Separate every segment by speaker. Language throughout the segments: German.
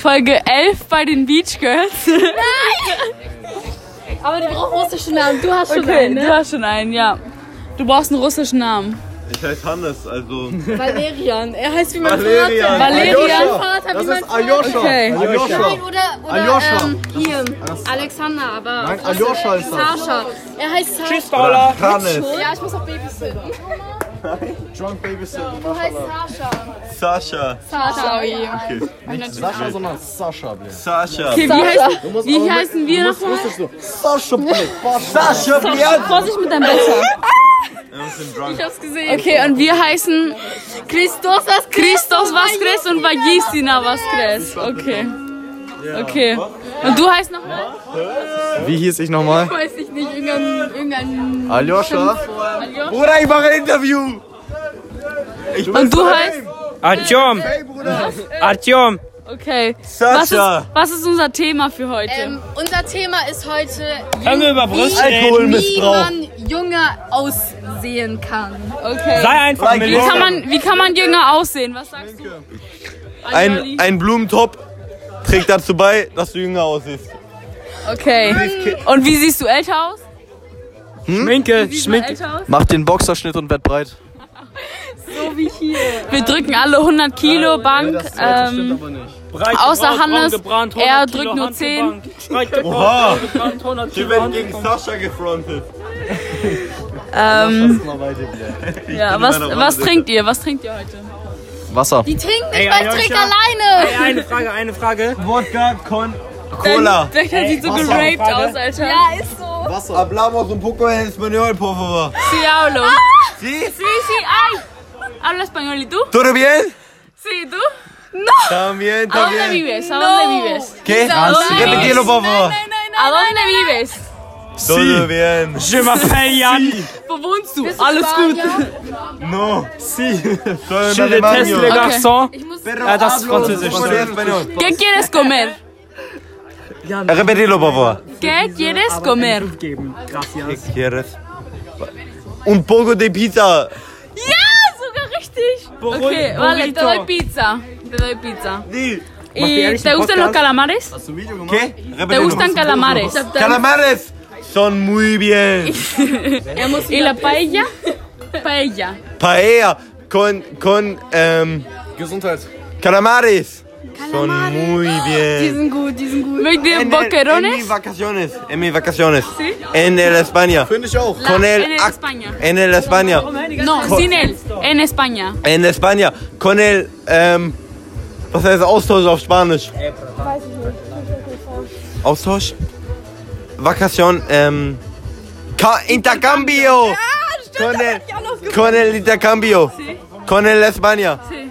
Speaker 1: Folge 11 bei den Beach Girls.
Speaker 2: Aber die brauchen russischen Namen. Du hast schon einen,
Speaker 1: du
Speaker 2: ne?
Speaker 1: hast schon einen, ja. Du brauchst einen russischen Namen.
Speaker 3: Ich heiße Hannes, also.
Speaker 2: Valerian. Er heißt wie mein
Speaker 3: Valerian.
Speaker 2: Vater.
Speaker 1: Valerian.
Speaker 2: Mein Vater hat
Speaker 3: Das
Speaker 2: wie mein
Speaker 3: ist
Speaker 2: Vater.
Speaker 3: Aljoscha.
Speaker 1: Okay.
Speaker 3: Aljoscha.
Speaker 2: Nein, oder, oder
Speaker 3: Aljoscha.
Speaker 2: ähm, hier, Alexander, aber
Speaker 3: Nein, Aljoscha ist das.
Speaker 2: Sascha. Er heißt Sascha.
Speaker 4: Tschüss, Paula.
Speaker 3: Hannes.
Speaker 2: Ja, ich muss auf Babysitten.
Speaker 4: Drunk Babysitter.
Speaker 2: Du heißt Sascha.
Speaker 3: Sascha.
Speaker 2: Sascha.
Speaker 4: Sascha, sondern Sascha, blöd.
Speaker 3: Sascha.
Speaker 1: Okay, wie, heißt, wie heißen wir nochmal?
Speaker 4: Russisch so. Sascha, blöd.
Speaker 3: Sascha, Bian.
Speaker 1: Vorsicht mit deinem Becher.
Speaker 3: Wir sind drunk.
Speaker 2: Ich hab's gesehen.
Speaker 1: Okay, und wir heißen
Speaker 2: Christos, was
Speaker 1: Christos Vaskres und Vagisina Vaskres. Okay. Okay. Und du heißt nochmal?
Speaker 4: Wie hieß ich nochmal?
Speaker 2: Weiß ich nicht, irgendein, irgendein
Speaker 4: Aljoscha.
Speaker 3: Bruder, ich mache ein Interview.
Speaker 1: Und du heißt?
Speaker 5: Artyom, Artyom,
Speaker 1: Okay. Was ist,
Speaker 3: Sascha.
Speaker 1: was ist unser Thema für heute?
Speaker 2: Ähm, unser Thema ist heute,
Speaker 5: können wir über Brüste reden?
Speaker 2: wie
Speaker 3: Alkoholmissbrauch.
Speaker 2: man jünger aussehen kann.
Speaker 5: Sei
Speaker 1: Okay.
Speaker 5: einfach
Speaker 3: Like
Speaker 5: mit
Speaker 1: Wie kann man, wie kann man jünger aussehen? Was sagst du? Anjali?
Speaker 3: Ein, ein Blumentop trägt dazu bei, dass du jünger aussiehst.
Speaker 1: Okay. Und wie siehst du älter aus?
Speaker 5: Schminke,
Speaker 1: Siehst du
Speaker 5: Schminke.
Speaker 1: älter aus?
Speaker 4: Mach den Boxerschnitt und werd breit.
Speaker 1: Wir drücken alle 100 Kilo Bank. Ähm,
Speaker 4: aber nicht.
Speaker 5: Breit
Speaker 1: Außer
Speaker 5: gebrannt, braun
Speaker 1: Hannes,
Speaker 5: gebrannt,
Speaker 1: er
Speaker 5: 100
Speaker 1: drückt
Speaker 5: Kilo
Speaker 1: nur
Speaker 5: Hand
Speaker 1: 10.
Speaker 5: gebrannt, breit gebrannt,
Speaker 1: Oh.
Speaker 3: Oha.
Speaker 5: gebrannt, 100
Speaker 3: Wir
Speaker 5: Kilo
Speaker 3: werden
Speaker 5: Hand
Speaker 3: gegen
Speaker 5: gebrannt.
Speaker 3: Sascha gefrontet.
Speaker 1: ähm, ja,
Speaker 3: in
Speaker 1: was,
Speaker 3: meiner
Speaker 1: was
Speaker 3: Runde.
Speaker 1: trinkt ihr? Was trinkt ihr heute?
Speaker 4: Wasser.
Speaker 2: Die trinken nicht,
Speaker 5: Ey,
Speaker 2: weil ich
Speaker 5: Aljoscha.
Speaker 2: trinke alleine.
Speaker 5: Ey, eine Frage, eine Frage.
Speaker 3: Wodka, Con, Cola.
Speaker 1: Dein Becher sieht so
Speaker 5: was
Speaker 1: geraped
Speaker 5: war die Frage?
Speaker 1: aus, Alter.
Speaker 2: Ja, ist so.
Speaker 3: Hablamos un poco en español, por favor.
Speaker 1: Diablo.
Speaker 3: Sí?
Speaker 1: Sí, sí, ay. Habla español y tú?
Speaker 3: ¿Todo bien?
Speaker 1: Sí, tú.
Speaker 3: También,
Speaker 1: ¿A dónde
Speaker 3: también.
Speaker 1: vives? ¿A dónde vives?
Speaker 3: ¿Qué?
Speaker 1: Ah, sí.
Speaker 3: Repetilo, por favor.
Speaker 1: ¿A dónde vives?
Speaker 3: Todo bien.
Speaker 5: Je m'appelle Jan.
Speaker 1: Wo wohnst du? Alles gut.
Speaker 3: No. Sí. Soy
Speaker 5: Je
Speaker 3: en
Speaker 5: déteste le
Speaker 3: Alemania.
Speaker 1: Okay.
Speaker 5: garçon.
Speaker 2: Ich muss
Speaker 5: Äh,
Speaker 1: Ah,
Speaker 5: das ist Französisch.
Speaker 3: Soy en español.
Speaker 1: ¿Qué quieres comer?
Speaker 3: Repetilo, por favor.
Speaker 1: ¿Qué quieres comer?
Speaker 3: ¿Qué quieres? Un poco de pizza.
Speaker 1: Ja, sogar richtig.
Speaker 5: Burrito.
Speaker 1: Okay, vale, te doy pizza. Te doy pizza.
Speaker 3: Sí.
Speaker 1: ¿Y te gustan los calamares?
Speaker 3: ¿Qué?
Speaker 1: ¿Te
Speaker 3: Repetilo.
Speaker 1: gustan calamares?
Speaker 3: Calamares. Son muy bien.
Speaker 1: ¿Y la paella? Paella.
Speaker 3: Paella con, con em,
Speaker 4: Gesundheit.
Speaker 3: calamares. Son muy
Speaker 2: Die
Speaker 3: bien.
Speaker 2: sind gut, die sind gut.
Speaker 1: ¿Mit den
Speaker 3: En, el- en mis
Speaker 1: Ah. boquerones?
Speaker 3: vacaciones. En mis vacaciones.
Speaker 1: Sí.
Speaker 3: En el España.
Speaker 4: Finde ich auch.
Speaker 3: Con el,
Speaker 1: en el
Speaker 3: ac-
Speaker 1: España.
Speaker 3: En el España.
Speaker 1: No, sin él. En España.
Speaker 3: En España. Con el. em, was heißt Austausch auf Spanisch? Austausch? Vacación. em, ca- intercambio. Con el, con el intercambio. Con el España.
Speaker 1: Sí.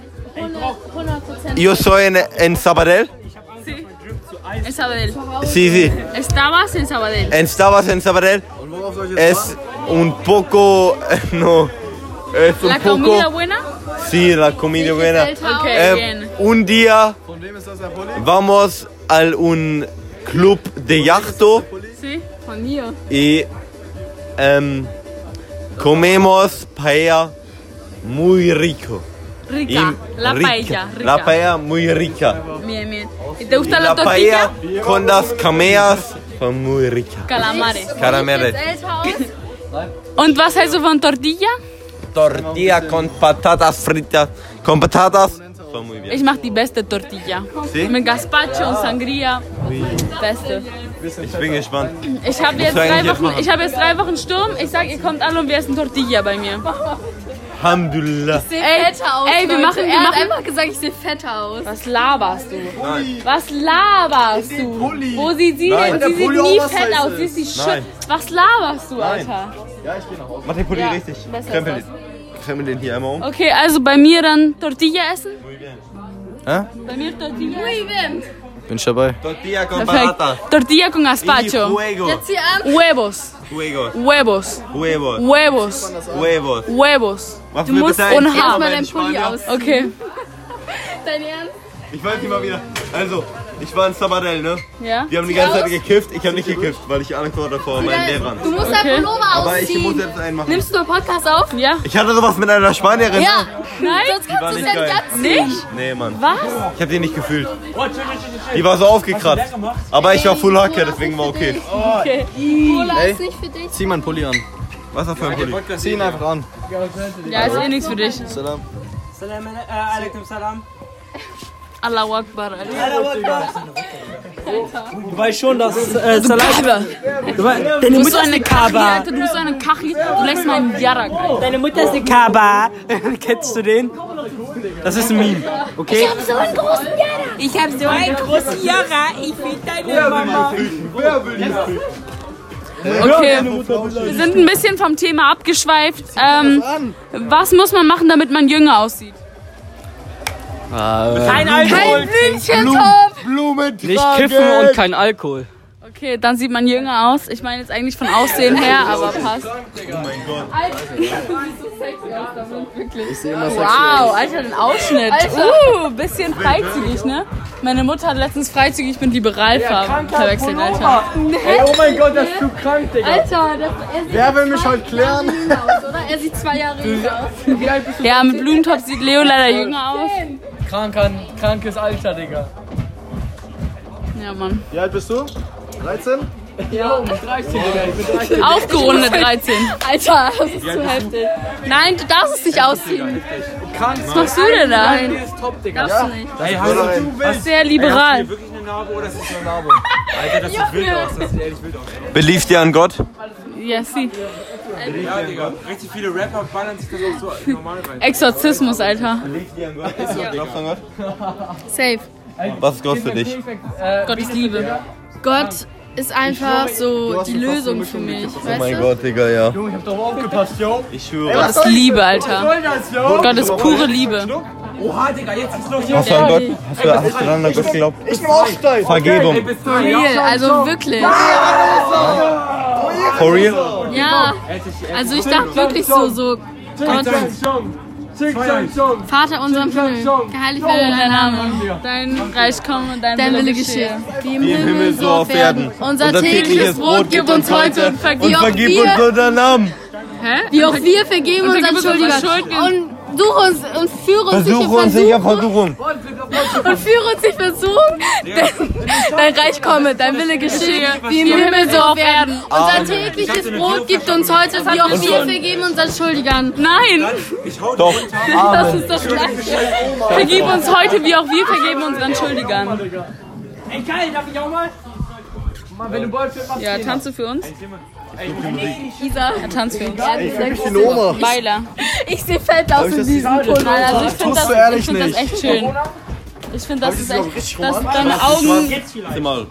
Speaker 3: Yo soy en, en Sabadell.
Speaker 1: Sí. En Sabadell.
Speaker 3: Sí, sí.
Speaker 1: Estabas en Sabadell.
Speaker 3: En Estabas en Sabadell. Es un poco. No. Es un
Speaker 1: ¿La
Speaker 3: poco.
Speaker 1: comida buena?
Speaker 3: Sí, la comida buena.
Speaker 1: Ok,
Speaker 3: Eh,
Speaker 1: bien.
Speaker 3: un día
Speaker 4: Von wem ist das der Pulli?
Speaker 3: vamos a un club de yachto
Speaker 1: Sí, con mío.
Speaker 3: y em, comemos paella muy rico. Y
Speaker 1: Rica. La
Speaker 3: rica.
Speaker 1: paella. Rica.
Speaker 3: La paella muy rica.
Speaker 1: Bien, bien. ¿Y te gusta
Speaker 3: Y
Speaker 1: la
Speaker 3: la paella
Speaker 1: tortilla?
Speaker 3: con las camellas son muy rica.
Speaker 1: Calamares.
Speaker 3: Carameles.
Speaker 1: ¿Und was heißt du von tortilla?
Speaker 3: Tortilla con patatas fritas. Con patatas. Son muy bien.
Speaker 1: Ich mach die beste Tortilla.
Speaker 3: Sí?
Speaker 1: Mit Gazpacho und Sangria. Beste.
Speaker 3: Ich bin gespannt.
Speaker 1: Ich habe jetzt,
Speaker 3: soll ich
Speaker 1: drei
Speaker 3: jetzt
Speaker 1: Wochen-
Speaker 3: machen?
Speaker 1: ich hab jetzt drei Wochen Sturm. Ich sag, ihr kommt alle und wir essen Tortilla bei mir.
Speaker 3: Alhamdulillah.
Speaker 2: Sehe
Speaker 1: Ey,
Speaker 2: fetter aus.
Speaker 1: ey, wir
Speaker 2: Leute.
Speaker 1: machen- wir
Speaker 2: er hat
Speaker 1: machen-
Speaker 2: einfach gesagt, ich sehe fetter aus.
Speaker 1: Was laberst du? Was laberst du?
Speaker 4: Pulli.
Speaker 1: Wo sieht sie
Speaker 3: Nein.
Speaker 1: denn?
Speaker 4: Der
Speaker 1: Sie sieht
Speaker 4: Pulli auch
Speaker 1: nie
Speaker 4: was
Speaker 1: fett aus.
Speaker 4: Weißes.
Speaker 1: Sie ist die Sch
Speaker 3: Nein.
Speaker 1: Was laberst du, Alter?
Speaker 4: Ja, ich geh nach Hause.
Speaker 3: Mach den Pulli
Speaker 1: Ja,
Speaker 3: richtig.
Speaker 1: besser
Speaker 3: Krempel
Speaker 1: ist
Speaker 3: den. Krempel den hier einmal um.
Speaker 1: Okay, also bei mir dann Tortilla essen?
Speaker 4: Hä?
Speaker 1: Bei mir Tortilla.
Speaker 2: Muy bien.
Speaker 4: Bin ich dabei.
Speaker 3: Tortilla con patatas.
Speaker 1: Perfekt. Tortilla con gazpacho.
Speaker 3: Huevos.
Speaker 2: Jetzt hier an.
Speaker 1: Huevos,
Speaker 3: Huevos.
Speaker 1: huevos,
Speaker 3: Huevos.
Speaker 1: huevos,
Speaker 3: Huevos.
Speaker 1: huevos.
Speaker 3: Was
Speaker 1: Du
Speaker 3: will
Speaker 1: musst
Speaker 3: bitte
Speaker 1: ohne
Speaker 3: ein-
Speaker 2: Erstmal
Speaker 1: Haar.
Speaker 2: dein Pulli
Speaker 3: Spanier.
Speaker 2: aus.
Speaker 1: Okay.
Speaker 2: Dein Ernst?
Speaker 3: Ich weiß nicht mal wieder. Also, Ich war in Sabadell, ne?
Speaker 1: Ja?
Speaker 3: Die haben die ganze Zeit gekifft, ich habe nicht gekifft, weil ich Angst hatte vor meinen Lehrern.
Speaker 2: Du musst dein
Speaker 1: Okay.
Speaker 2: Pullover
Speaker 3: Aber ich muss
Speaker 2: ausziehen.
Speaker 3: selbst einen machen.
Speaker 2: Nimmst du einen Podcast auf?
Speaker 1: Ja.
Speaker 3: Ich hatte sowas mit einer Spanierin.
Speaker 2: Ja.
Speaker 1: Nein?
Speaker 2: Sonst kannst du
Speaker 3: war
Speaker 2: es
Speaker 3: nicht
Speaker 2: ja nicht
Speaker 3: geil.
Speaker 2: anziehen.
Speaker 3: Nee, Mann.
Speaker 1: Was?
Speaker 3: Ich hab die nicht gefühlt. Die war so aufgekratzt. Aber ich war full Hacke, deswegen war okay.
Speaker 1: Okay.
Speaker 2: Cola ist nicht für dich.
Speaker 4: Zieh meinen Pulli an.
Speaker 3: Was war für ein Pulli?
Speaker 4: Zieh ihn einfach an.
Speaker 1: Ja, ist eh nichts für dich.
Speaker 4: Salam.
Speaker 5: Salam äh, alaikum salam.
Speaker 1: Allahu Akbar, Alter.
Speaker 5: Du weißt schon, dass äh, Salam. Du weißt,
Speaker 1: Du
Speaker 5: deine
Speaker 1: bist so eine Kachi, Alter. Du bist so eine Kachi. Du lässt meinen Jarak. Alter.
Speaker 5: Deine Mutter ist eine Kaba. Kennst du den? Das ist ein Meme, okay?
Speaker 6: Ich habe so einen großen Jara, ich bin deine Mama.
Speaker 1: Okay, wir sind ein bisschen vom Thema abgeschweift. Ähm, was muss man machen, damit man jünger aussieht?
Speaker 5: Kein Alkohol.
Speaker 3: Blumen
Speaker 5: Nicht kiffen und kein Alkohol.
Speaker 1: Okay, dann sieht man jünger aus. Ich meine jetzt eigentlich von Aussehen her, aber passt.
Speaker 3: Oh mein Gott.
Speaker 1: Wow, Alter, den Ausschnitt. Uh, bisschen freizügig, ne? Meine Mutter hat letztens freizügig mit liberalfarben verwechselt, Alter.
Speaker 5: oh mein Gott, das ist zu krank, Digga.
Speaker 2: Alter, das, er sieht
Speaker 4: Wer will mich heute
Speaker 2: Jahre
Speaker 4: klären?
Speaker 2: jünger aus, oder? Er sieht zwei Jahre jünger aus.
Speaker 1: Ja, mit Blumentopf sieht Leo leider jünger aus.
Speaker 5: Krank an, krankes Alter, Digga.
Speaker 1: Ja, Mann.
Speaker 4: Wie alt bist du? 13?
Speaker 1: Aufgerundet 13.
Speaker 2: Alter, das ist zu heftig.
Speaker 1: Nein, du darfst es nicht ausziehen.
Speaker 5: Krank.
Speaker 1: Was machst du denn da?
Speaker 5: ist top, Digga.
Speaker 1: Darfst du nicht.
Speaker 5: Ey, hast
Speaker 4: Oder
Speaker 5: du
Speaker 4: ein-
Speaker 1: Sehr liberal.
Speaker 5: wirklich eine Narbe oder ist das nur eine Narbe? Alter, das sieht wild aus. Das sieht ehrlich wild aus.
Speaker 3: Belieft ihr an Gott?
Speaker 1: Ja, sie.
Speaker 5: Ja, Digga. Richtig viele Rapper ballern sich das auch so normal rein.
Speaker 1: Exorzismus, Alter.
Speaker 3: Belieft ihr an Gott? Glaubst du an Gott?
Speaker 2: Safe.
Speaker 3: Was ist Gott für dich?
Speaker 1: Gottes Liebe.
Speaker 2: Gott ist einfach so die Lösung für mich.
Speaker 3: Oh mein
Speaker 2: Weißt du?
Speaker 3: Gott, Digga, ja.
Speaker 4: Ich hab doch aufgepasst, yo.
Speaker 3: Ich schwöre.
Speaker 1: Gottes Liebe, Alter.
Speaker 4: das, yo?
Speaker 1: Gottes pure Liebe.
Speaker 5: Oha, Digga, jetzt ist los.
Speaker 3: Hast du an Gott? Hast du, hast du dran an Gott geglaubt?
Speaker 4: Ich nehm Aufstein.
Speaker 5: Ey,
Speaker 3: Vergebung.
Speaker 5: bist du
Speaker 2: Real, also wirklich.
Speaker 3: For real?
Speaker 2: Ja. Also ich dachte wirklich so, so Gott, Vater unserem Himmel, geheiligt werde dein Name.
Speaker 1: Dein Reich komme, dein,
Speaker 2: Dein Wille geschehe. Wie im
Speaker 3: Wie im Himmel so auf Erden.
Speaker 2: Unser tägliches Brot gib uns heute und
Speaker 3: Und
Speaker 2: vergib auch
Speaker 3: vergib uns
Speaker 2: wir,
Speaker 3: unseren Namen.
Speaker 2: wie auch wir vergeben
Speaker 1: Und vergib
Speaker 2: unseren
Speaker 1: uns unsere
Speaker 2: Schuldigern. Und such uns und führe uns nicht in
Speaker 3: Versuche uns sicher
Speaker 2: Versuchung.
Speaker 3: Versuchung.
Speaker 2: Und führe uns nicht Versuchung. denn Dein Reich komme, dein Wille geschehe, wie im Himmel so auf
Speaker 5: Äh,
Speaker 2: Erden. Unser tägliches Brot gibt uns heute, wie auch wir vergeben unseren Schuldigern.
Speaker 1: Nein,
Speaker 3: Doch.
Speaker 1: das ist das Gleiche. Vergib uns heute, wie auch wir vergeben unseren Schuldigern.
Speaker 5: Ey, geil, darf ich auch mal? Mann, wenn du Ball für
Speaker 1: Ja, tanzt du für uns?
Speaker 2: Isa,
Speaker 1: Ja, tanz für uns.
Speaker 4: Die Oma.
Speaker 1: Beiler.
Speaker 2: ich sehe fett aus in diesem
Speaker 1: Nein, also ich finde
Speaker 4: Tust
Speaker 1: das,
Speaker 4: du ehrlich
Speaker 1: ich find das
Speaker 4: nicht.
Speaker 1: echt schön. Ich finde, das ist echt, dass deine
Speaker 3: Was?
Speaker 1: Augen
Speaker 3: Immer.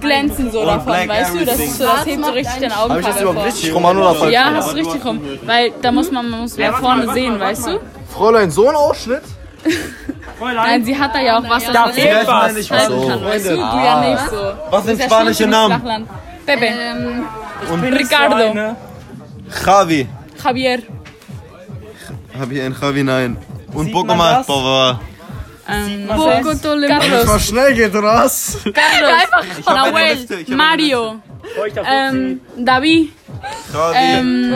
Speaker 1: glänzen so davon,
Speaker 3: black
Speaker 1: weißt du? Das, ist so, das hebt so richtig deine
Speaker 4: Hab ich das
Speaker 1: Augenfarbe
Speaker 4: überhaupt
Speaker 1: hervor.
Speaker 4: richtig rum an oder falsch?
Speaker 1: Ja, hast du richtig rum. Weil da muss man, man muss mehr vorne sehen, weißt du?
Speaker 4: Fräulein, so ein Ausschnitt?
Speaker 1: Nein, sie hat da ja auch was, das man
Speaker 5: fehlt
Speaker 1: halten
Speaker 5: was.
Speaker 4: Also.
Speaker 1: kann, weißt du? Du ja nicht so.
Speaker 3: Was sind spanische Namen?
Speaker 1: Pepe,
Speaker 5: Ähm, Ricardo.
Speaker 1: Ricardo,
Speaker 3: Javi.
Speaker 1: Javier.
Speaker 3: Hab ich einen Javi? Nein. Und
Speaker 5: Sieht man
Speaker 3: Pokémon.
Speaker 5: das?
Speaker 3: Papa.
Speaker 1: Carlos,
Speaker 4: Was schnell geht, oder was?
Speaker 1: Carlos,
Speaker 3: eine
Speaker 1: Nahuel,
Speaker 3: Liste, ich hab eine
Speaker 1: Mario,
Speaker 5: äh,
Speaker 1: ähm, David,
Speaker 3: Javi.
Speaker 1: ähm,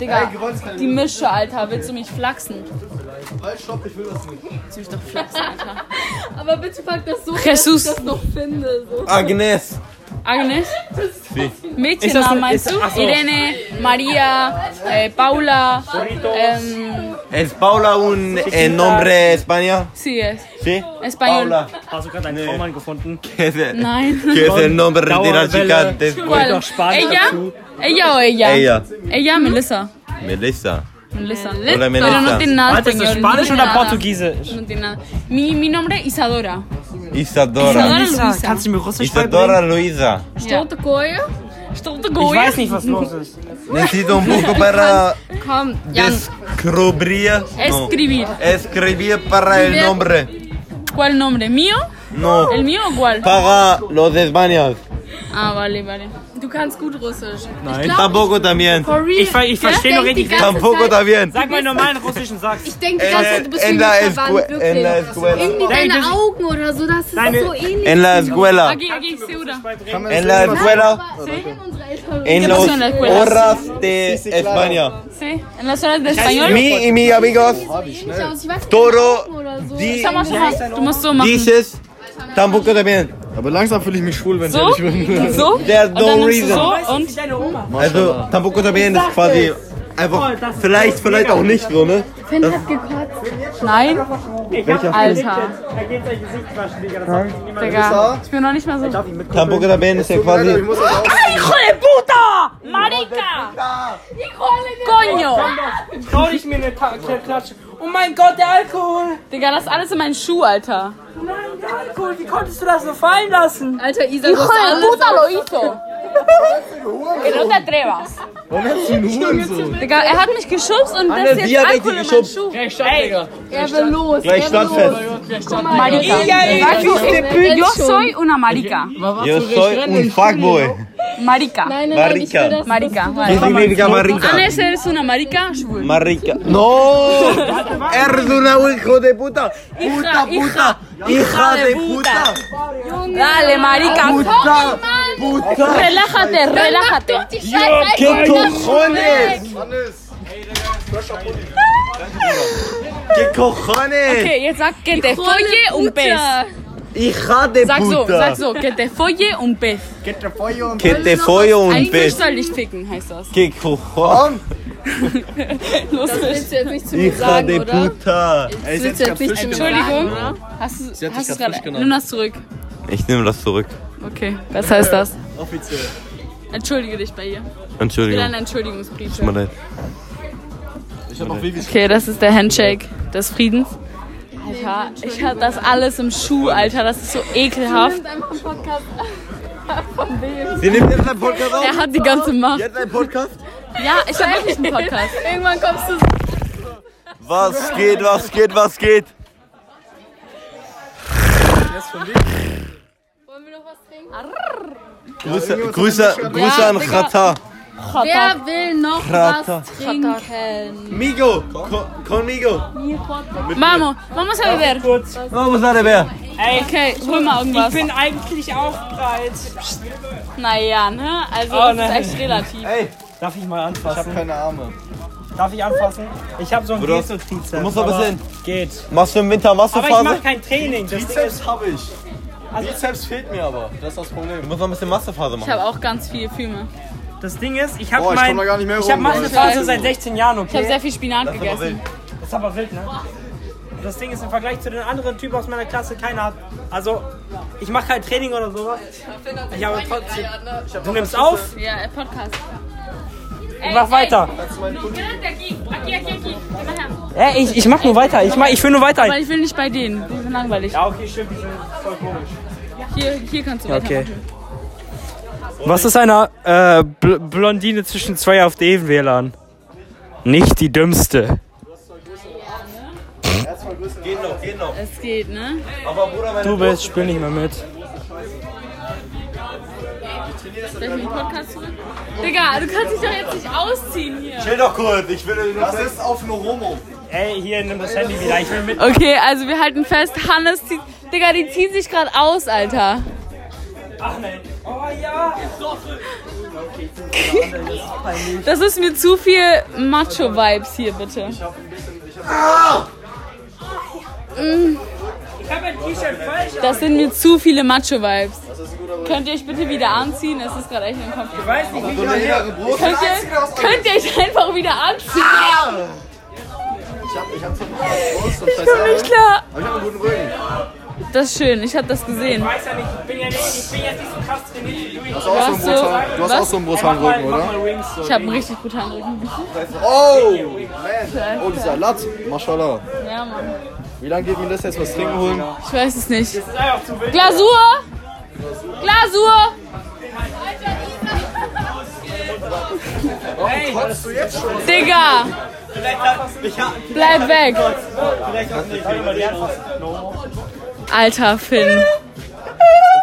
Speaker 1: Digga, die Mische, Alter, willst du mich flachsen?
Speaker 4: Halt, stopp, ich will das nicht.
Speaker 2: Aber bitte pack das so,
Speaker 1: Jesus.
Speaker 2: dass ich das noch finde. So.
Speaker 3: Agnes.
Speaker 1: Agnes?
Speaker 5: Ist das
Speaker 1: Mädchennamen
Speaker 5: eine-
Speaker 1: meinst
Speaker 5: ist-
Speaker 1: du?
Speaker 5: ach so.
Speaker 1: Irene, Maria, äh, Paula, ähm,
Speaker 3: Es Paula un eh, nombre España.
Speaker 1: sí es.
Speaker 3: Sí.
Speaker 1: Español.
Speaker 5: Hast du gerade einen Traummann gefunden?
Speaker 3: Que es el,
Speaker 1: Nein.
Speaker 3: que es el nombre de la chica
Speaker 5: Dauerwelle.
Speaker 3: después.
Speaker 1: ¿Cuál?
Speaker 5: doch Spanisch
Speaker 1: Ella,
Speaker 5: dazu.
Speaker 1: ella o ella.
Speaker 3: Ella.
Speaker 1: Ella, Melissa.
Speaker 3: Melissa.
Speaker 1: Melissa.
Speaker 3: Hola,
Speaker 1: Pero no
Speaker 3: Melissa.
Speaker 1: tiene nada
Speaker 5: Warte, ist das
Speaker 1: español.
Speaker 5: Spanisch
Speaker 1: no
Speaker 5: oder
Speaker 1: tiene nada.
Speaker 5: Portugiesisch?
Speaker 1: No tiene nada. Mi, mi nombre Isadora.
Speaker 3: Isadora.
Speaker 1: Luisa, Luisa.
Speaker 5: kannst du mir Russisch
Speaker 3: Isadora
Speaker 5: beibringen?
Speaker 3: Luisa.
Speaker 2: Rote Koje?
Speaker 1: Estoy
Speaker 5: Ich weiß nicht, was los ist.
Speaker 3: Necesito un poco para
Speaker 2: Komm, Jan.
Speaker 3: descubrir. no.
Speaker 1: Escribir.
Speaker 3: Escribir para el nombre.
Speaker 1: ¿Cuál nombre? ¿Mío?
Speaker 3: No.
Speaker 1: ¿El mío o cuál?
Speaker 3: Para los de España.
Speaker 1: Ah, vale, vale.
Speaker 2: Du
Speaker 1: kannst gut Russisch.
Speaker 5: Nein.
Speaker 1: Ich glaub,
Speaker 3: Tampoco también.
Speaker 2: For real.
Speaker 5: Ich ver- ich
Speaker 2: Gell?
Speaker 5: versteh noch
Speaker 2: Denk die
Speaker 5: richtig-
Speaker 2: ganze
Speaker 3: Tampoco
Speaker 2: Zeit-
Speaker 3: también.
Speaker 5: Sag mal einen normalen russischen Satz.
Speaker 2: Ich denke,
Speaker 3: Äh,
Speaker 2: dass du bist wie
Speaker 3: en
Speaker 2: mit
Speaker 3: la escue-
Speaker 2: verwandt,
Speaker 3: en la
Speaker 2: wirklich.
Speaker 3: escuela.
Speaker 2: Irgendwie
Speaker 5: Nein,
Speaker 2: deine
Speaker 5: das-
Speaker 2: Augen oder so, das ist
Speaker 5: Deine-
Speaker 2: so ähnlich.
Speaker 3: En la escuela.
Speaker 1: Agi, Agi, Seuda.
Speaker 3: En la escuela.
Speaker 2: Aber sehen unsere Eltern-
Speaker 3: En
Speaker 1: pasó
Speaker 3: los
Speaker 1: en la escuela?
Speaker 3: horas de España.
Speaker 1: Sí, en la zona de español.
Speaker 3: Mi y mi amigos
Speaker 2: Die sehen ähnlich aus. Ich weiß nicht,
Speaker 3: Toro
Speaker 2: Augen oder so.
Speaker 3: di
Speaker 1: Schau mal, schau mal. Du musst so machen.
Speaker 3: dices tampoco también.
Speaker 4: Aber langsam fühle ich mich schwul, wenn
Speaker 1: So,
Speaker 4: ich ehrlich bin.
Speaker 1: so, und
Speaker 3: There's
Speaker 1: dann
Speaker 3: no
Speaker 1: nimmst du
Speaker 3: reason.
Speaker 1: so und
Speaker 6: Deine Oma.
Speaker 3: Also tampoco también ist quasi
Speaker 1: Oh,
Speaker 3: einfach vielleicht vielleicht auch nicht so, ne?
Speaker 2: Finn hat gekotzt.
Speaker 1: nein. Alter,
Speaker 5: Da geht's euch Gesicht waschen, Digga. Das hat niemand
Speaker 1: Digga. Ich bin noch nicht mal so.
Speaker 3: Tampoco también ist ja
Speaker 4: Alter, ich
Speaker 3: quasi
Speaker 4: muss das auch.
Speaker 1: ¡Hijo de puta! ¡Marica! ¡Coño!
Speaker 5: Trau dich mir eine Ta- Kla- Klatsche.
Speaker 6: Oh mein Gott, der Alkohol.
Speaker 1: Digga, das ist alles in meinen Schuh, Alter.
Speaker 5: Oh
Speaker 6: Nein, der Alkohol. Wie konntest du das so fallen lassen?
Speaker 2: Alter, Isa, du hast
Speaker 1: ¡Hijo de
Speaker 2: alles.
Speaker 1: puta lo hizo! Que no te atrevas.
Speaker 4: Warum hältst du ihn Huren so?
Speaker 1: Digga, er hat mich geschubst und das ist
Speaker 3: sie
Speaker 1: jetzt
Speaker 3: hat
Speaker 1: Alkohol in
Speaker 3: richtig
Speaker 1: meinen Schuh.
Speaker 2: Er will los.
Speaker 3: gleich standfest.
Speaker 1: Marica.
Speaker 6: Ja,
Speaker 1: Yo soy- Yo soy una marica.
Speaker 3: Yo soy un fuckboy.
Speaker 1: Marica.
Speaker 2: Nein, nein, nein, ich
Speaker 3: Marica.
Speaker 2: will das.
Speaker 1: Marica.
Speaker 3: ¿Qué
Speaker 1: Vale.
Speaker 3: significa marica?
Speaker 1: Anes, eres una marica. Schwul.
Speaker 3: Marica. No. Eres una hijo de puta.
Speaker 1: Hija, hija.
Speaker 3: Hija de puta.
Speaker 1: Dale, marica.
Speaker 3: Puta. Puta.
Speaker 1: Relájate, relájate.
Speaker 2: Die Scheiße,
Speaker 3: ¿Qué cojones?
Speaker 4: Hannes.
Speaker 3: ¿Qué cojones?
Speaker 1: Okay, jetzt sag, que te folle un pez.
Speaker 3: Hija de
Speaker 1: Sag so,
Speaker 3: puta.
Speaker 1: sag so, que te folle un pez.
Speaker 3: Que te follo un
Speaker 1: Eigentlich
Speaker 3: pez.
Speaker 1: soll ich ficken, heißt das.
Speaker 3: ¿Qué cojones?
Speaker 1: Lustig.
Speaker 2: willst du jetzt nicht zu mir
Speaker 3: ¡Oh, Hija
Speaker 2: sagen,
Speaker 3: de
Speaker 2: oder?
Speaker 3: puta.
Speaker 4: Ey,
Speaker 2: Willst du jetzt nicht zu mir sagen,
Speaker 1: Entschuldigung.
Speaker 2: oder?
Speaker 1: Hast du
Speaker 4: hat
Speaker 1: hast
Speaker 4: sich
Speaker 1: es
Speaker 4: grad
Speaker 1: gerade?
Speaker 4: frisch
Speaker 1: Nimm das zurück.
Speaker 3: Ich nehme das zurück.
Speaker 1: Okay, was heißt das?
Speaker 5: Äh,
Speaker 4: Offiziell.
Speaker 1: Entschuldige dich bei ihr. Wieder ein
Speaker 3: Entschuldigung.
Speaker 1: Entschuldigungsbrief.
Speaker 3: Tut mir leid.
Speaker 4: Ich hab noch Vivi
Speaker 1: Okay, das ist der Handshake des Friedens. Alter, ich hatte das alles im Schuh, Alter. Das ist so ekelhaft.
Speaker 2: Nimm's einfach im Podcast.
Speaker 3: Sie nehmen jetzt einen Podcast auf?
Speaker 1: Er hat die ganze Macht.
Speaker 3: Jetzt einen Podcast?
Speaker 1: Ja, ich habe wirklich einen Podcast.
Speaker 2: Irgendwann kommst du
Speaker 3: Was geht, was geht, was geht?
Speaker 2: Wollen wir noch was trinken?
Speaker 3: Grüße, Grüße, Grüße an
Speaker 1: Digga.
Speaker 3: Chata.
Speaker 2: Wer will noch
Speaker 3: Krater.
Speaker 2: was trinken?
Speaker 3: Migo, co- conmigo.
Speaker 1: Mamo, vamos a beber.
Speaker 5: Kurz.
Speaker 3: Vamos a beber.
Speaker 5: Ey,
Speaker 1: Okay, hol mal
Speaker 5: ich
Speaker 1: irgendwas.
Speaker 5: bin eigentlich auch bereit. Psst.
Speaker 1: Naja, ne? Also,
Speaker 5: Oh,
Speaker 1: das
Speaker 5: nein.
Speaker 1: ist echt relativ.
Speaker 5: Darf ich mal anfassen?
Speaker 4: keine Arme.
Speaker 5: Darf ich anfassen? Ich habe so ein
Speaker 3: Bruder,
Speaker 5: Gesto-Trizeps.
Speaker 3: du musst aber sehen.
Speaker 5: Geht.
Speaker 3: Machst du im Winter
Speaker 5: Aber ich
Speaker 3: Massephase?
Speaker 5: mache kein Training. Das Ding ist,
Speaker 4: Bizeps hab ich. Bizeps fehlt mir aber. Das ist das Problem.
Speaker 3: Du musst noch ein bisschen Massephase
Speaker 1: Ich
Speaker 3: machen.
Speaker 1: habe auch ganz viel Filme.
Speaker 5: das Ding ist ich habe
Speaker 4: Boah, ich komm
Speaker 5: mein...
Speaker 4: da gar nicht mehr
Speaker 5: ich habe
Speaker 4: rum,
Speaker 5: meine
Speaker 4: Leute.
Speaker 5: Phase seit 16 Jahren,
Speaker 1: Ich habe
Speaker 5: okay?
Speaker 1: sehr viel Spinat gegessen.
Speaker 5: Ist aber wild, ne? Das Ding ist im Vergleich zu den anderen Typen aus meiner Klasse keiner hat. Also, ich mache kein Training oder sowas. Ich habe trotzdem. Du nimmst auf,
Speaker 1: Ja, äh, Podcast.
Speaker 5: und mach weiter. Ey, ich, ich mach nur weiter. Ich, mach, ich will nur weiter.
Speaker 1: Weil ich will nicht bei denen. Die sind langweilig.
Speaker 5: Ja, okay, stimmt. Ich bin voll komisch.
Speaker 1: Hier, hier kannst du
Speaker 5: Okay.
Speaker 1: weitermachen.
Speaker 5: Was ist einer äh, Bl Blondine zwischen zwei AfD-Wählern? Nicht die dümmste.
Speaker 3: Geht noch, geht noch.
Speaker 1: Es geht, ne?
Speaker 3: Aber Bruder, meine
Speaker 5: Du bist, spiel nicht mehr mit.
Speaker 1: Soll ich mit dem Podcast zurück? Digga, du kannst dich doch jetzt nicht ausziehen hier.
Speaker 3: Chill doch kurz, ich will nur
Speaker 4: Das ist auf Noromo.
Speaker 5: Ey, hier, nimm das Handy wieder. Ich will mit.
Speaker 1: Okay, also wir halten fest, Hannes zieht. Digga, die ziehen sich gerade aus, Alter.
Speaker 5: Ach nein. Oh ja.
Speaker 1: Das ist mir zu viel Macho-Vibes hier, bitte.
Speaker 5: Ich hab ein T-Shirt falsch.
Speaker 1: Das sind mir zu viele Macho-Vibes. Könnt ihr euch bitte wieder anziehen? Es ist gerade echt ein Konflikt.
Speaker 5: Ich weiß nicht, wie ich das
Speaker 4: Leere Brust.
Speaker 1: Könnt ihr, könnt ihr euch einfach wieder anziehen?
Speaker 4: Ich hab, ich hab so eine Brust und
Speaker 1: Ich komm nicht
Speaker 4: scheiße.
Speaker 1: klar.
Speaker 4: Aber ich hab einen guten Rücken.
Speaker 1: Das ist schön, ich hab das gesehen.
Speaker 5: weiß ja nicht, ich bin ja nicht, ich bin jetzt nicht so krass trainiert wie du.
Speaker 4: Du hast auch so
Speaker 1: Was
Speaker 4: einen
Speaker 1: so?
Speaker 4: brutalen- Du hast
Speaker 1: Was?
Speaker 4: auch so einen brutalen
Speaker 5: Ey, mach mal-
Speaker 4: Rücken,
Speaker 5: mach
Speaker 4: oder?
Speaker 5: mal Rings, so.
Speaker 1: Ich hab einen richtig brutalen Rücken.
Speaker 4: Oh, man. Oh, dieser Latz. Maschallah.
Speaker 1: Ja, Mann.
Speaker 4: Wie lange geht mir das jetzt was trinken holen?
Speaker 1: Ich weiß es nicht.
Speaker 5: Das ist einfach zu wild.
Speaker 1: Glasur! Glasur!
Speaker 5: Ey,
Speaker 4: Hast du jetzt schon?
Speaker 1: Digga! Bleib weg!
Speaker 5: vielleicht auch nicht. Warte mal, die hat-
Speaker 1: Alter Finn.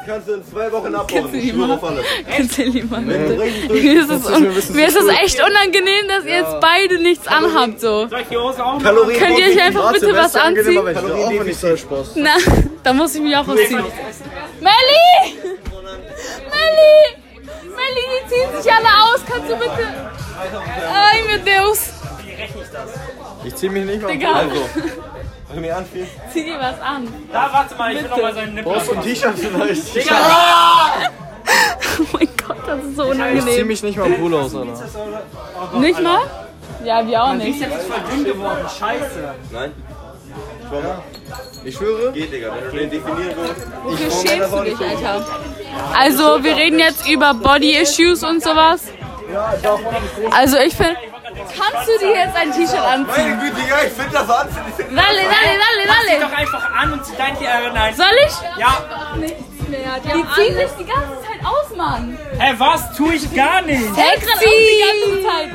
Speaker 3: kannst du in zwei Wochen abbauen. Ich schwöre auf alles.
Speaker 1: Erzähl jemand. bitte.
Speaker 3: Richtig
Speaker 1: Mir
Speaker 3: durch.
Speaker 1: ist es, un mir ist es echt unangenehm, dass ihr jetzt beide nichts anhabt. So.
Speaker 5: Soll ich die Hose auch machen?
Speaker 3: Kalorien
Speaker 1: Könnt ihr euch einfach
Speaker 3: Warte,
Speaker 1: bitte was
Speaker 3: Silvester angenehm,
Speaker 1: anziehen?
Speaker 3: aber ich will auch nicht so Spaß.
Speaker 1: Na, da muss ich mich auch ausziehen. Melli! Melli! Melli, die ziehen sich alle aus. Kannst du bitte. Ay, meu Deus.
Speaker 4: Ich zieh mich nicht mal.
Speaker 1: Digga.
Speaker 4: Also, wenn mir anfiel.
Speaker 1: Zieh dir was an.
Speaker 5: Da, warte mal, ich will nochmal seinen Nippel.
Speaker 4: Brauchst du ein T-Shirt vielleicht? Ich
Speaker 1: Oh mein Gott, das ist so
Speaker 4: zieh
Speaker 1: unangenehm.
Speaker 4: mich nicht mal cool aus, Alter.
Speaker 1: Nicht mal? Ja, wir auch nicht.
Speaker 5: Das ist voll dünn geworden, scheiße.
Speaker 4: Ich schwöre.
Speaker 3: Geht, Digga, wenn du den definieren willst.
Speaker 1: Wofür schämst du dich, Alter? Also, wir reden jetzt über Body Issues und sowas. Also, ich finde. Kannst du dir jetzt ein T-Shirt anziehen?
Speaker 3: Meine Güte, Digga, ich find das anziehend.
Speaker 1: Dalle, dalle, dalle,
Speaker 5: Zieh
Speaker 1: dalle.
Speaker 5: doch einfach an und zieh dein Tier. Nein.
Speaker 1: Soll ich?
Speaker 5: Ja.
Speaker 1: Die ziehen sich die ganze Zeit aus, Mann.
Speaker 5: Hä, was? Tu ich gar nicht.
Speaker 1: Extra auch die ganze Zeit.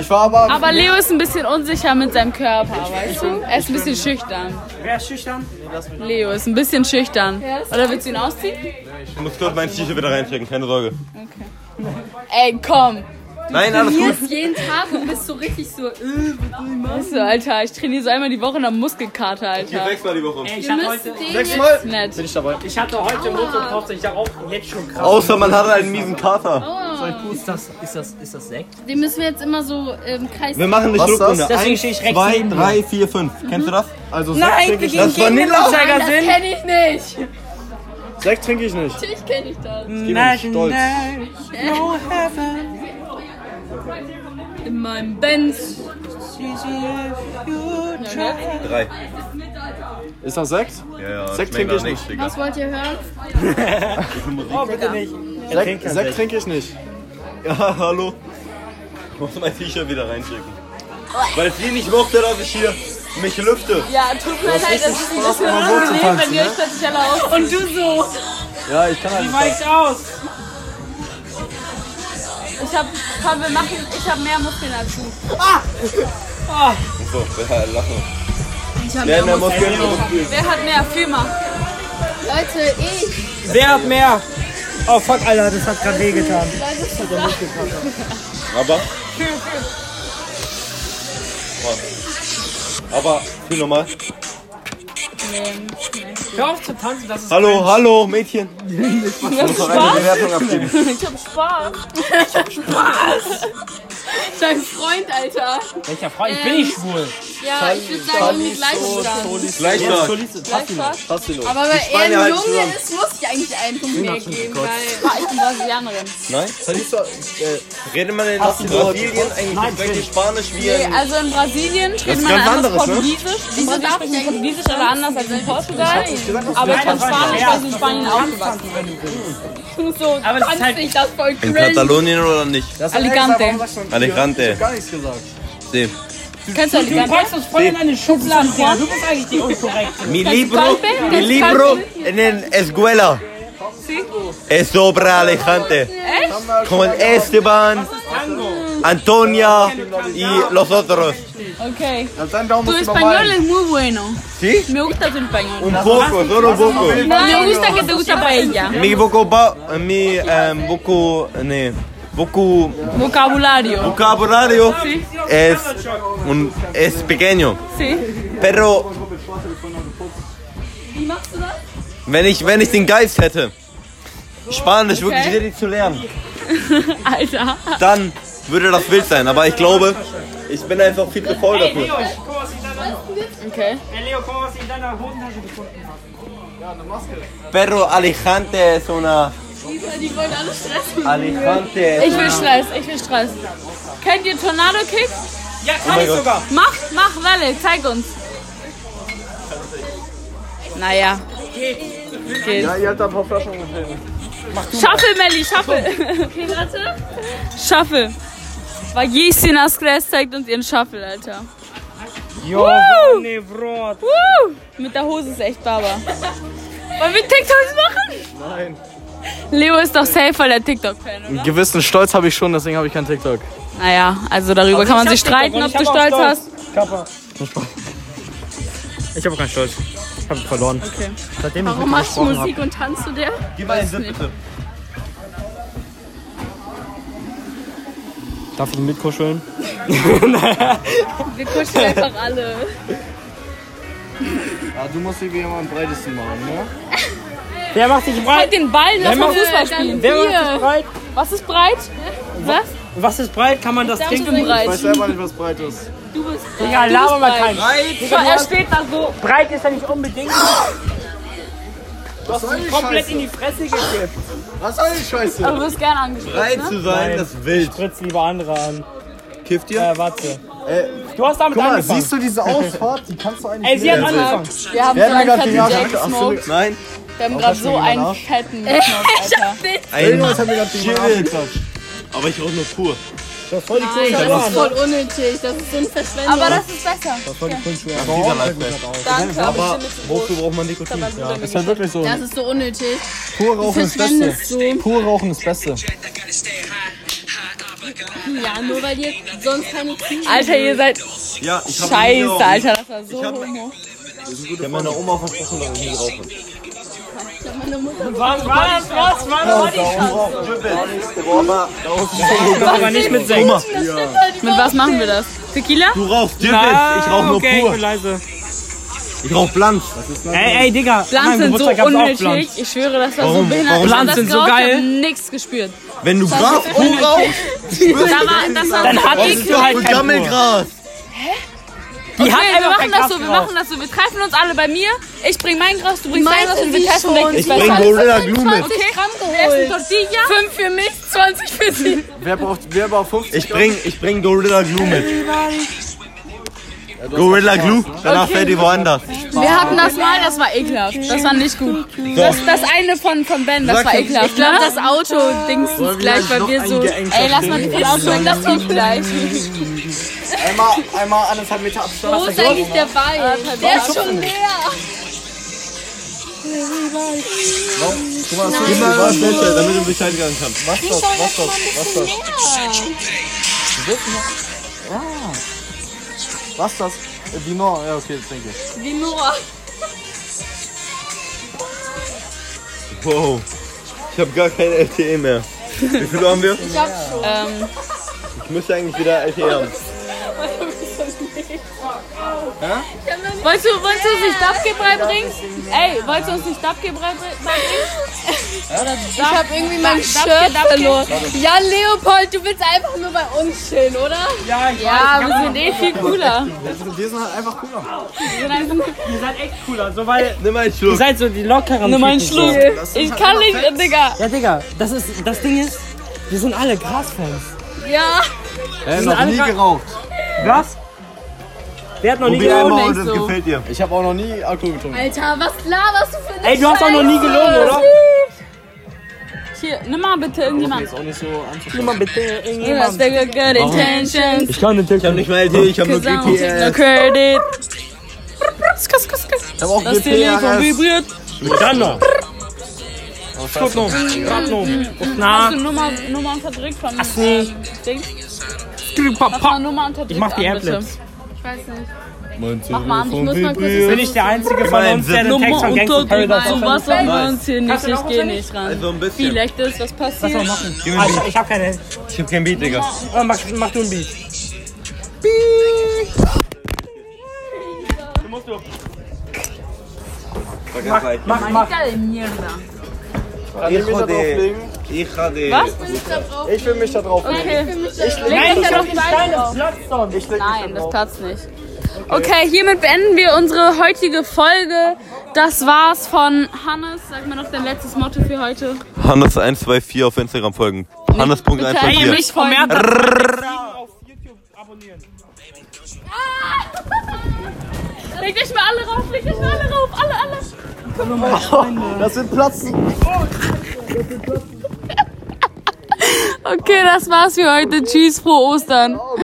Speaker 4: Ich war aber.
Speaker 1: Aber Leo ist ein bisschen unsicher mit seinem Körper, weißt du? Er ist ein bisschen schüchtern.
Speaker 5: Wer ist schüchtern?
Speaker 1: Leo ist ein bisschen schüchtern. Oder willst du ihn ausziehen?
Speaker 4: Ich muss kurz mein T-Shirt wieder reinstecken, keine Sorge.
Speaker 1: Ey, komm.
Speaker 4: Nein, alles gut.
Speaker 2: Jeden Tag und bist so richtig so.
Speaker 1: Weißt du, Also, Alter, ich trainiere so einmal die Woche nach Muskelkater, Alter.
Speaker 3: Sechsmal die Woche.
Speaker 5: Ey, ich hatte heute,
Speaker 4: Sechsmal.
Speaker 1: Nett.
Speaker 4: Bin ich dabei.
Speaker 5: ich hatte heute Motorkotzen, ich darauf jetzt schon krass.
Speaker 4: Außer man hat einen miesen Kater.
Speaker 5: Ist das, ist das, ist das Sekt?
Speaker 2: Den müssen wir jetzt immer so ähm, im Kreis.
Speaker 4: Wir machen eine
Speaker 3: Was ist das?
Speaker 4: Schluckrunde.
Speaker 5: Deswegen
Speaker 4: Eins,
Speaker 5: stehe ich rechts
Speaker 4: zwei,
Speaker 5: neben dir.
Speaker 4: drei, vier, fünf. Mhm. Kennst du das?
Speaker 3: Also
Speaker 7: Nein, wir gehen
Speaker 4: Das
Speaker 7: gegen den
Speaker 3: Oh,
Speaker 4: Vanilla.
Speaker 5: Zeiger
Speaker 2: Das
Speaker 5: Sinn?
Speaker 2: kenne ich nicht.
Speaker 4: Sekt trinke ich nicht.
Speaker 2: Ich kenne nicht das.
Speaker 4: Ich bin stolz.
Speaker 7: No heaven.
Speaker 2: In meinem Benz.
Speaker 3: Drei.
Speaker 4: Ist das Sekt?
Speaker 3: Ja, ja,
Speaker 4: Sekt
Speaker 3: schmeckt
Speaker 4: trinke ich
Speaker 3: nach nichts, Digga.
Speaker 2: Was wollt ihr hören?
Speaker 5: Oh, bitte nicht.
Speaker 4: Sekt, Sekt trinke ich nicht.
Speaker 3: Ja, hallo. Ich muss mein T-Shirt wieder reinschicken. Weil es die nicht mochte, dass ich hier mich lüfte.
Speaker 1: Ja, tut mir leid, das ist ein bisschen
Speaker 4: mal Wurzeln
Speaker 1: unangenehm, wenn
Speaker 4: tanzen,
Speaker 1: ihr euch plötzlich alle aus. Und du so.
Speaker 4: Ja, ich kann halt
Speaker 5: Wie
Speaker 4: nicht.
Speaker 5: weich's aus?
Speaker 1: Ich hab, komm, wir machen, ich hab mehr Muskeln als du.
Speaker 3: So, ja, lach noch. Wer mehr Muskeln?
Speaker 1: Wer hat mehr? Viel mal.
Speaker 2: Leute, ich.
Speaker 5: Wer hat mehr? Oh fuck, Alter, das hat gerade wehgetan.
Speaker 3: Aber. Aber, viel nochmal.
Speaker 5: Hör auf zu tanzen, das ist
Speaker 4: Hallo, hallo, Mädchen.
Speaker 1: Ich
Speaker 4: Noch eine Bewertung abgeben.
Speaker 1: hab Spaß.
Speaker 2: Dein Freund, Alter.
Speaker 5: welcher Freund? Ich bin nicht schwul.
Speaker 2: Ja, ich würde sagen, irgendwie gleich
Speaker 3: Gleich da.
Speaker 2: Aber weil
Speaker 4: Spanier
Speaker 2: er ein
Speaker 4: halt
Speaker 2: Junge
Speaker 4: zusammen.
Speaker 2: ist, muss ich eigentlich einen Punkt mehr geben. Weil
Speaker 1: Ah, Ich bin Brasilianerin.
Speaker 3: Nein? Redet man in
Speaker 4: Hast du so-
Speaker 3: Brasilien eigentlich so richtig Spanisch wie
Speaker 1: Nee,
Speaker 3: in.
Speaker 1: also in Brasilien spricht
Speaker 4: ist
Speaker 1: man
Speaker 4: ganz
Speaker 1: anders
Speaker 4: anderes, ne?
Speaker 1: Portugiesisch. In Brasilien spricht man Portugiesisch oder anders als in Portugal. Aber ich
Speaker 5: Nein,
Speaker 1: kann
Speaker 5: das war
Speaker 1: Spanisch,
Speaker 5: nicht fair.
Speaker 1: weil ich in Spanien aufgewachsen bin. So,
Speaker 5: Aber das ist halt-
Speaker 1: nicht das voll
Speaker 3: In
Speaker 1: cringe.
Speaker 3: Katalonien oder nicht?
Speaker 4: Das hat
Speaker 1: Alicante.
Speaker 4: er gesagt, warum sagst du denn
Speaker 3: Alicante.
Speaker 4: hier? Ich hab gar nichts gesagt.
Speaker 3: Seh.
Speaker 1: Kennst du
Speaker 5: Du
Speaker 1: Alicante?
Speaker 5: packst uns voll in deine Schublade. Ja, du bist eigentlich die Unkorrekte.
Speaker 3: Mi
Speaker 1: Kannst
Speaker 3: libro,
Speaker 1: du Golpe?
Speaker 3: mi
Speaker 1: Kannst du
Speaker 3: libro en el escuela. Es sobre Alejante. Con Esteban, Antonia y los otros.
Speaker 1: Okay.
Speaker 4: Auf deinen Daumen
Speaker 1: Tu
Speaker 4: musst du
Speaker 1: español
Speaker 4: übermalen.
Speaker 1: es muy bueno.
Speaker 3: ¿Sí?
Speaker 1: Me gusta tu español.
Speaker 3: Un poco, solo un poco.
Speaker 1: Me gusta que te gusta paella.
Speaker 3: Mi poco ba, mi em, poco, ne, poco
Speaker 1: Vocabulario.
Speaker 3: vocabulario
Speaker 1: Sí.
Speaker 3: es un es pequeño.
Speaker 1: Sí.
Speaker 3: Pero wenn ich wenn ich den Geist hätte, Spanisch wirklich
Speaker 1: Okay.
Speaker 3: richtig zu lernen.
Speaker 1: Alter.
Speaker 3: dann würde das wild sein. Aber ich glaube, ich bin einfach viel zu faul
Speaker 5: Ey, Leo,
Speaker 3: dafür.
Speaker 5: Äh, ich guck, was ich in deiner,
Speaker 1: Okay.
Speaker 5: ey, Leo, guck, was ich in deiner Hosentasche gefunden habe.
Speaker 3: Perro Alicante es una.
Speaker 2: die wollen alle stressen.
Speaker 3: Alicante.
Speaker 1: Ich will Stress, ich will Stress. Kennt ihr Tornado Kick?
Speaker 5: Ja,
Speaker 4: Oh
Speaker 5: kann ich sogar.
Speaker 1: Mach, mach, Welle, zeig uns. Naja. Geht.
Speaker 4: Ja, ihr habt da ein paar Flaschen getrunken.
Speaker 1: Shuffle, Melli, shuffle. Okay, warte. Shuffle. Vagisinas Grass zeigt uns ihren Shuffle, Alter.
Speaker 5: Jo, ne, Brot.
Speaker 1: Woo! Mit der Hose ist echt Baba. Wollen wir TikToks machen?
Speaker 4: Nein.
Speaker 1: Leo ist doch safe voll der TikTok-Fan, oder?
Speaker 4: Einen gewissen Stolz habe ich schon, deswegen habe ich keinen TikTok.
Speaker 1: Naja, also darüber kann man sich streiten, ob du stolz hast.
Speaker 5: Kappa. Ich habe keinen Stolz. ich habe verloren.
Speaker 1: Okay.
Speaker 5: Seitdem ich
Speaker 1: Warum
Speaker 5: mit
Speaker 1: machst du
Speaker 5: gesprochen
Speaker 1: Musik und tanzt zu der?
Speaker 3: Gib mal den Sip bitte.
Speaker 5: hab. Darf ich mitkuscheln?
Speaker 1: Wir kuscheln einfach alle.
Speaker 4: du musst hier wieder mal am breitesten machen, ne?
Speaker 5: Wer macht sich
Speaker 1: Halt
Speaker 5: breit?
Speaker 1: den Ball, lass
Speaker 5: Wer
Speaker 1: mal
Speaker 5: macht-
Speaker 1: Fußball spielen.
Speaker 5: Wer macht sich
Speaker 1: Hier.
Speaker 5: breit?
Speaker 1: Was ist breit? Was?
Speaker 5: Was ist breit? Kann man das
Speaker 1: Darfst du
Speaker 5: trinken?
Speaker 1: nicht breit?
Speaker 4: Weiß selber nicht, was breit ist.
Speaker 1: Du bist.
Speaker 5: Ja,
Speaker 1: du bist
Speaker 5: laber mal
Speaker 1: breit.
Speaker 5: keinen.
Speaker 1: Er steht da so.
Speaker 5: Breit ist ja nicht unbedingt.
Speaker 4: Was soll die
Speaker 5: Komplett
Speaker 4: Scheiße?
Speaker 5: in die Fresse gekippt.
Speaker 4: Was soll die Scheiße?
Speaker 1: Aber du wirst gerne angesprochen.
Speaker 3: Frei zu sein, das ist wild.
Speaker 5: Spritz lieber andere an.
Speaker 3: Kifft ihr?
Speaker 5: Äh, warte. du hast
Speaker 4: Äh, Guck
Speaker 5: damit
Speaker 4: mal,
Speaker 5: angefangen.
Speaker 4: siehst du diese Ausfahrt? Die kannst du eigentlich
Speaker 5: Ey, sie hat angefangen.
Speaker 1: Wir haben
Speaker 4: Wer hat
Speaker 1: gerade
Speaker 4: gerade
Speaker 1: einen
Speaker 4: die
Speaker 1: fetten Jack
Speaker 4: Jacke? Ach so,
Speaker 1: gesmoked.
Speaker 3: Nein.
Speaker 1: Wir haben gerade so
Speaker 4: jemand
Speaker 1: einen
Speaker 4: nach?
Speaker 1: fetten gesmoked, Alter.
Speaker 3: Ein
Speaker 4: Irgendwas hat mir gerade den Arm geklatscht.
Speaker 3: Aber ich rauche nur pur.
Speaker 2: Das ist voll unnötig. Das ist so eine Verschwendung.
Speaker 1: Aber das ist besser.
Speaker 3: Dieser Lifestyle.
Speaker 1: Danke. Aber
Speaker 3: Wozu braucht man Nikotin?
Speaker 4: Ist halt wirklich so.
Speaker 2: Das ist so unnötig.
Speaker 4: Pur rauchen ist das
Speaker 2: Verschwendest
Speaker 4: Beste.
Speaker 2: du.
Speaker 4: Pur rauchen ist das Beste.
Speaker 2: Ja, nur weil ihr sonst keine Kriege
Speaker 1: Alter, ihr seid
Speaker 3: Ja, ich hab
Speaker 1: scheiße,
Speaker 3: Video.
Speaker 1: Alter. Das war so homo.
Speaker 3: Ich hab meiner Oma versprochen, dass ich nie rauche.
Speaker 5: Was, was, was, was?
Speaker 3: Oma,
Speaker 5: Aber nicht mit Sekt.
Speaker 3: Oma,
Speaker 1: Mit was machen wir das? Tequila?
Speaker 3: du rauchst Dippel. Ich rauche nur
Speaker 5: Ah, okay, Ich bin
Speaker 3: pur.
Speaker 5: leise.
Speaker 3: Ich rauche Blanz.
Speaker 5: Ey, ey, Digga.
Speaker 1: Blans sind so unnötig. Ich schwöre, das war so behindert.
Speaker 5: Blans sind so geil.
Speaker 1: Ich hab nichts gespürt.
Speaker 3: Wenn du Gras pur rauchst,
Speaker 1: Da war, das war
Speaker 5: Dann hattest du halt
Speaker 3: und
Speaker 5: kein Pur.
Speaker 3: Gammelgras.
Speaker 5: Die
Speaker 1: okay,
Speaker 5: hat
Speaker 1: wir
Speaker 5: einfach
Speaker 1: machen
Speaker 5: kein
Speaker 1: das
Speaker 5: Gras
Speaker 1: so, wir
Speaker 5: drauf.
Speaker 1: machen das so. Wir treffen uns alle bei mir. Ich bring mein Gras, du bringst dein
Speaker 2: Meins
Speaker 1: Gras und
Speaker 2: ist
Speaker 1: wir
Speaker 2: sie
Speaker 1: treffen
Speaker 2: schon.
Speaker 1: weg.
Speaker 3: Ich bring Gorilla Glue mit.
Speaker 1: Okay,
Speaker 2: Gramm
Speaker 1: wir essen
Speaker 2: geholt.
Speaker 1: Tortilla. 5 für mich, 20 für sie.
Speaker 4: Wer braucht, wer braucht 50?
Speaker 3: Ich bring, ich bring Gorilla Glue mit. Gorilla Glue, danach
Speaker 1: Okay.
Speaker 3: fährt ihr woanders.
Speaker 1: Wir hatten das mal, das war ekelhaft. Das war nicht gut. Das, das eine von, von Ben, das war ekelhaft. Ich glaube, das Auto-Dings ist gleich, weil wir so. Ey, lass mal die Auto weg, das kommt gleich.
Speaker 4: Einmal, einmal anderthalb Meter Abstand.
Speaker 2: Wo ist eigentlich der Ball? Der ist schon leer.
Speaker 3: Gib mal was Becher, damit du Bescheid sagen kannst.
Speaker 4: Was das? Äh, Die Nor, ja okay, das denke ich.
Speaker 2: Wie Noah.
Speaker 3: Wow. Ich hab gar kein LTE mehr. Wie viel haben wir? Ich hab schon. Ich müsste eigentlich wieder LTE haben.
Speaker 1: Wolltest du, wolltest du uns nicht Dabke beibringen? Ey, wolltest du uns nicht Dabke beibringen? Ich hab irgendwie mein
Speaker 2: Shirt verloren. Ja, Leopold, du willst einfach nur bei uns chillen, oder?
Speaker 5: Ja, ich
Speaker 1: Ja, wir sind eh viel cooler.
Speaker 4: Wir sind halt einfach cooler.
Speaker 5: Ihr seid echt cooler,
Speaker 1: also,
Speaker 5: so weil
Speaker 3: Nimm mal einen
Speaker 5: ihr
Speaker 3: Schluck.
Speaker 5: seid so die lockeren. Nimm einen Schluck.
Speaker 1: Ich kann nicht, Digga.
Speaker 5: Ja, Digga, das ist das Ding ist, wir sind alle Gras-Fans.
Speaker 1: Ja.
Speaker 4: Äh, noch
Speaker 5: alle
Speaker 4: nie
Speaker 5: gra-
Speaker 4: geraucht.
Speaker 5: Was? Wer hat noch nie
Speaker 3: Probier
Speaker 5: gelogen?
Speaker 3: einmal und
Speaker 1: nicht
Speaker 3: es
Speaker 1: so.
Speaker 3: gefällt dir.
Speaker 4: Ich habe auch noch nie Alkohol getrunken.
Speaker 2: Alter, was laberst du für eine
Speaker 5: Ey, du hast auch noch nie gelogen, oder?
Speaker 1: Hier, nimm mal bitte irgendjemand.
Speaker 4: Auch nicht so anzuschauen.
Speaker 5: Nimm mal bitte
Speaker 1: Niemand,
Speaker 5: irgendjemand.
Speaker 1: they got good intentions.
Speaker 5: Ich kann den Tisch
Speaker 3: Ich hab nicht mal LTE, ich hab nur
Speaker 1: Sound, no
Speaker 3: GPS.
Speaker 1: credit.
Speaker 4: Ich habe auch
Speaker 1: Das Telefon vibriert.
Speaker 5: Dann noch. Guck noch. Guck noch.
Speaker 1: Hast
Speaker 5: Na,
Speaker 1: du Nummer, Nummer unterdrückt von Ach
Speaker 5: nee.
Speaker 1: Ding? Mach mal
Speaker 5: Papa.
Speaker 1: Nummer unterdrückt.
Speaker 5: Ich mach die
Speaker 1: an, bitte.
Speaker 5: Airplays.
Speaker 2: Ich weiß nicht.
Speaker 1: Mach mal an, ich muss mal kurz.
Speaker 5: Bin ich der Einzige von
Speaker 3: Mein
Speaker 5: uns, der den Text
Speaker 1: Nummer
Speaker 5: von Gangster
Speaker 1: unterdrückt.
Speaker 5: Paradise
Speaker 1: So was sagen wir
Speaker 3: Nein.
Speaker 1: uns hier nicht.
Speaker 5: Kannst du noch
Speaker 1: Ich geh
Speaker 5: was
Speaker 1: nicht ran.
Speaker 3: Also ein bisschen.
Speaker 1: Vielleicht ist was passiert.
Speaker 5: Was machen? Ah, ich, ich hab keine. Hände.
Speaker 3: Ich hab kein Beat, Digga.
Speaker 5: Oh, mach, mach du ein Beat. Mach, mach.
Speaker 3: Ich hatte. Ich hatte.
Speaker 1: Was?
Speaker 4: Ich will mich da drauf.
Speaker 1: Okay. Leg das ja doch gleich drauf. Nein, das platzt nicht. Okay, hiermit beenden wir unsere heutige Folge. Das war's von Hannes. Sag mal noch dein letztes Motto für heute.
Speaker 3: Hannes124 auf Instagram folgen.
Speaker 1: Ey, ihr
Speaker 3: Hannes.124.
Speaker 1: mich vermehrt.
Speaker 5: Auf YouTube abonnieren.
Speaker 1: Ah! Leg dich mal alle rauf, leg dich mal alle rauf. Alle, alle.
Speaker 4: Das sind Platzen.
Speaker 1: Okay, das war's für heute. Tschüss, frohe Ostern.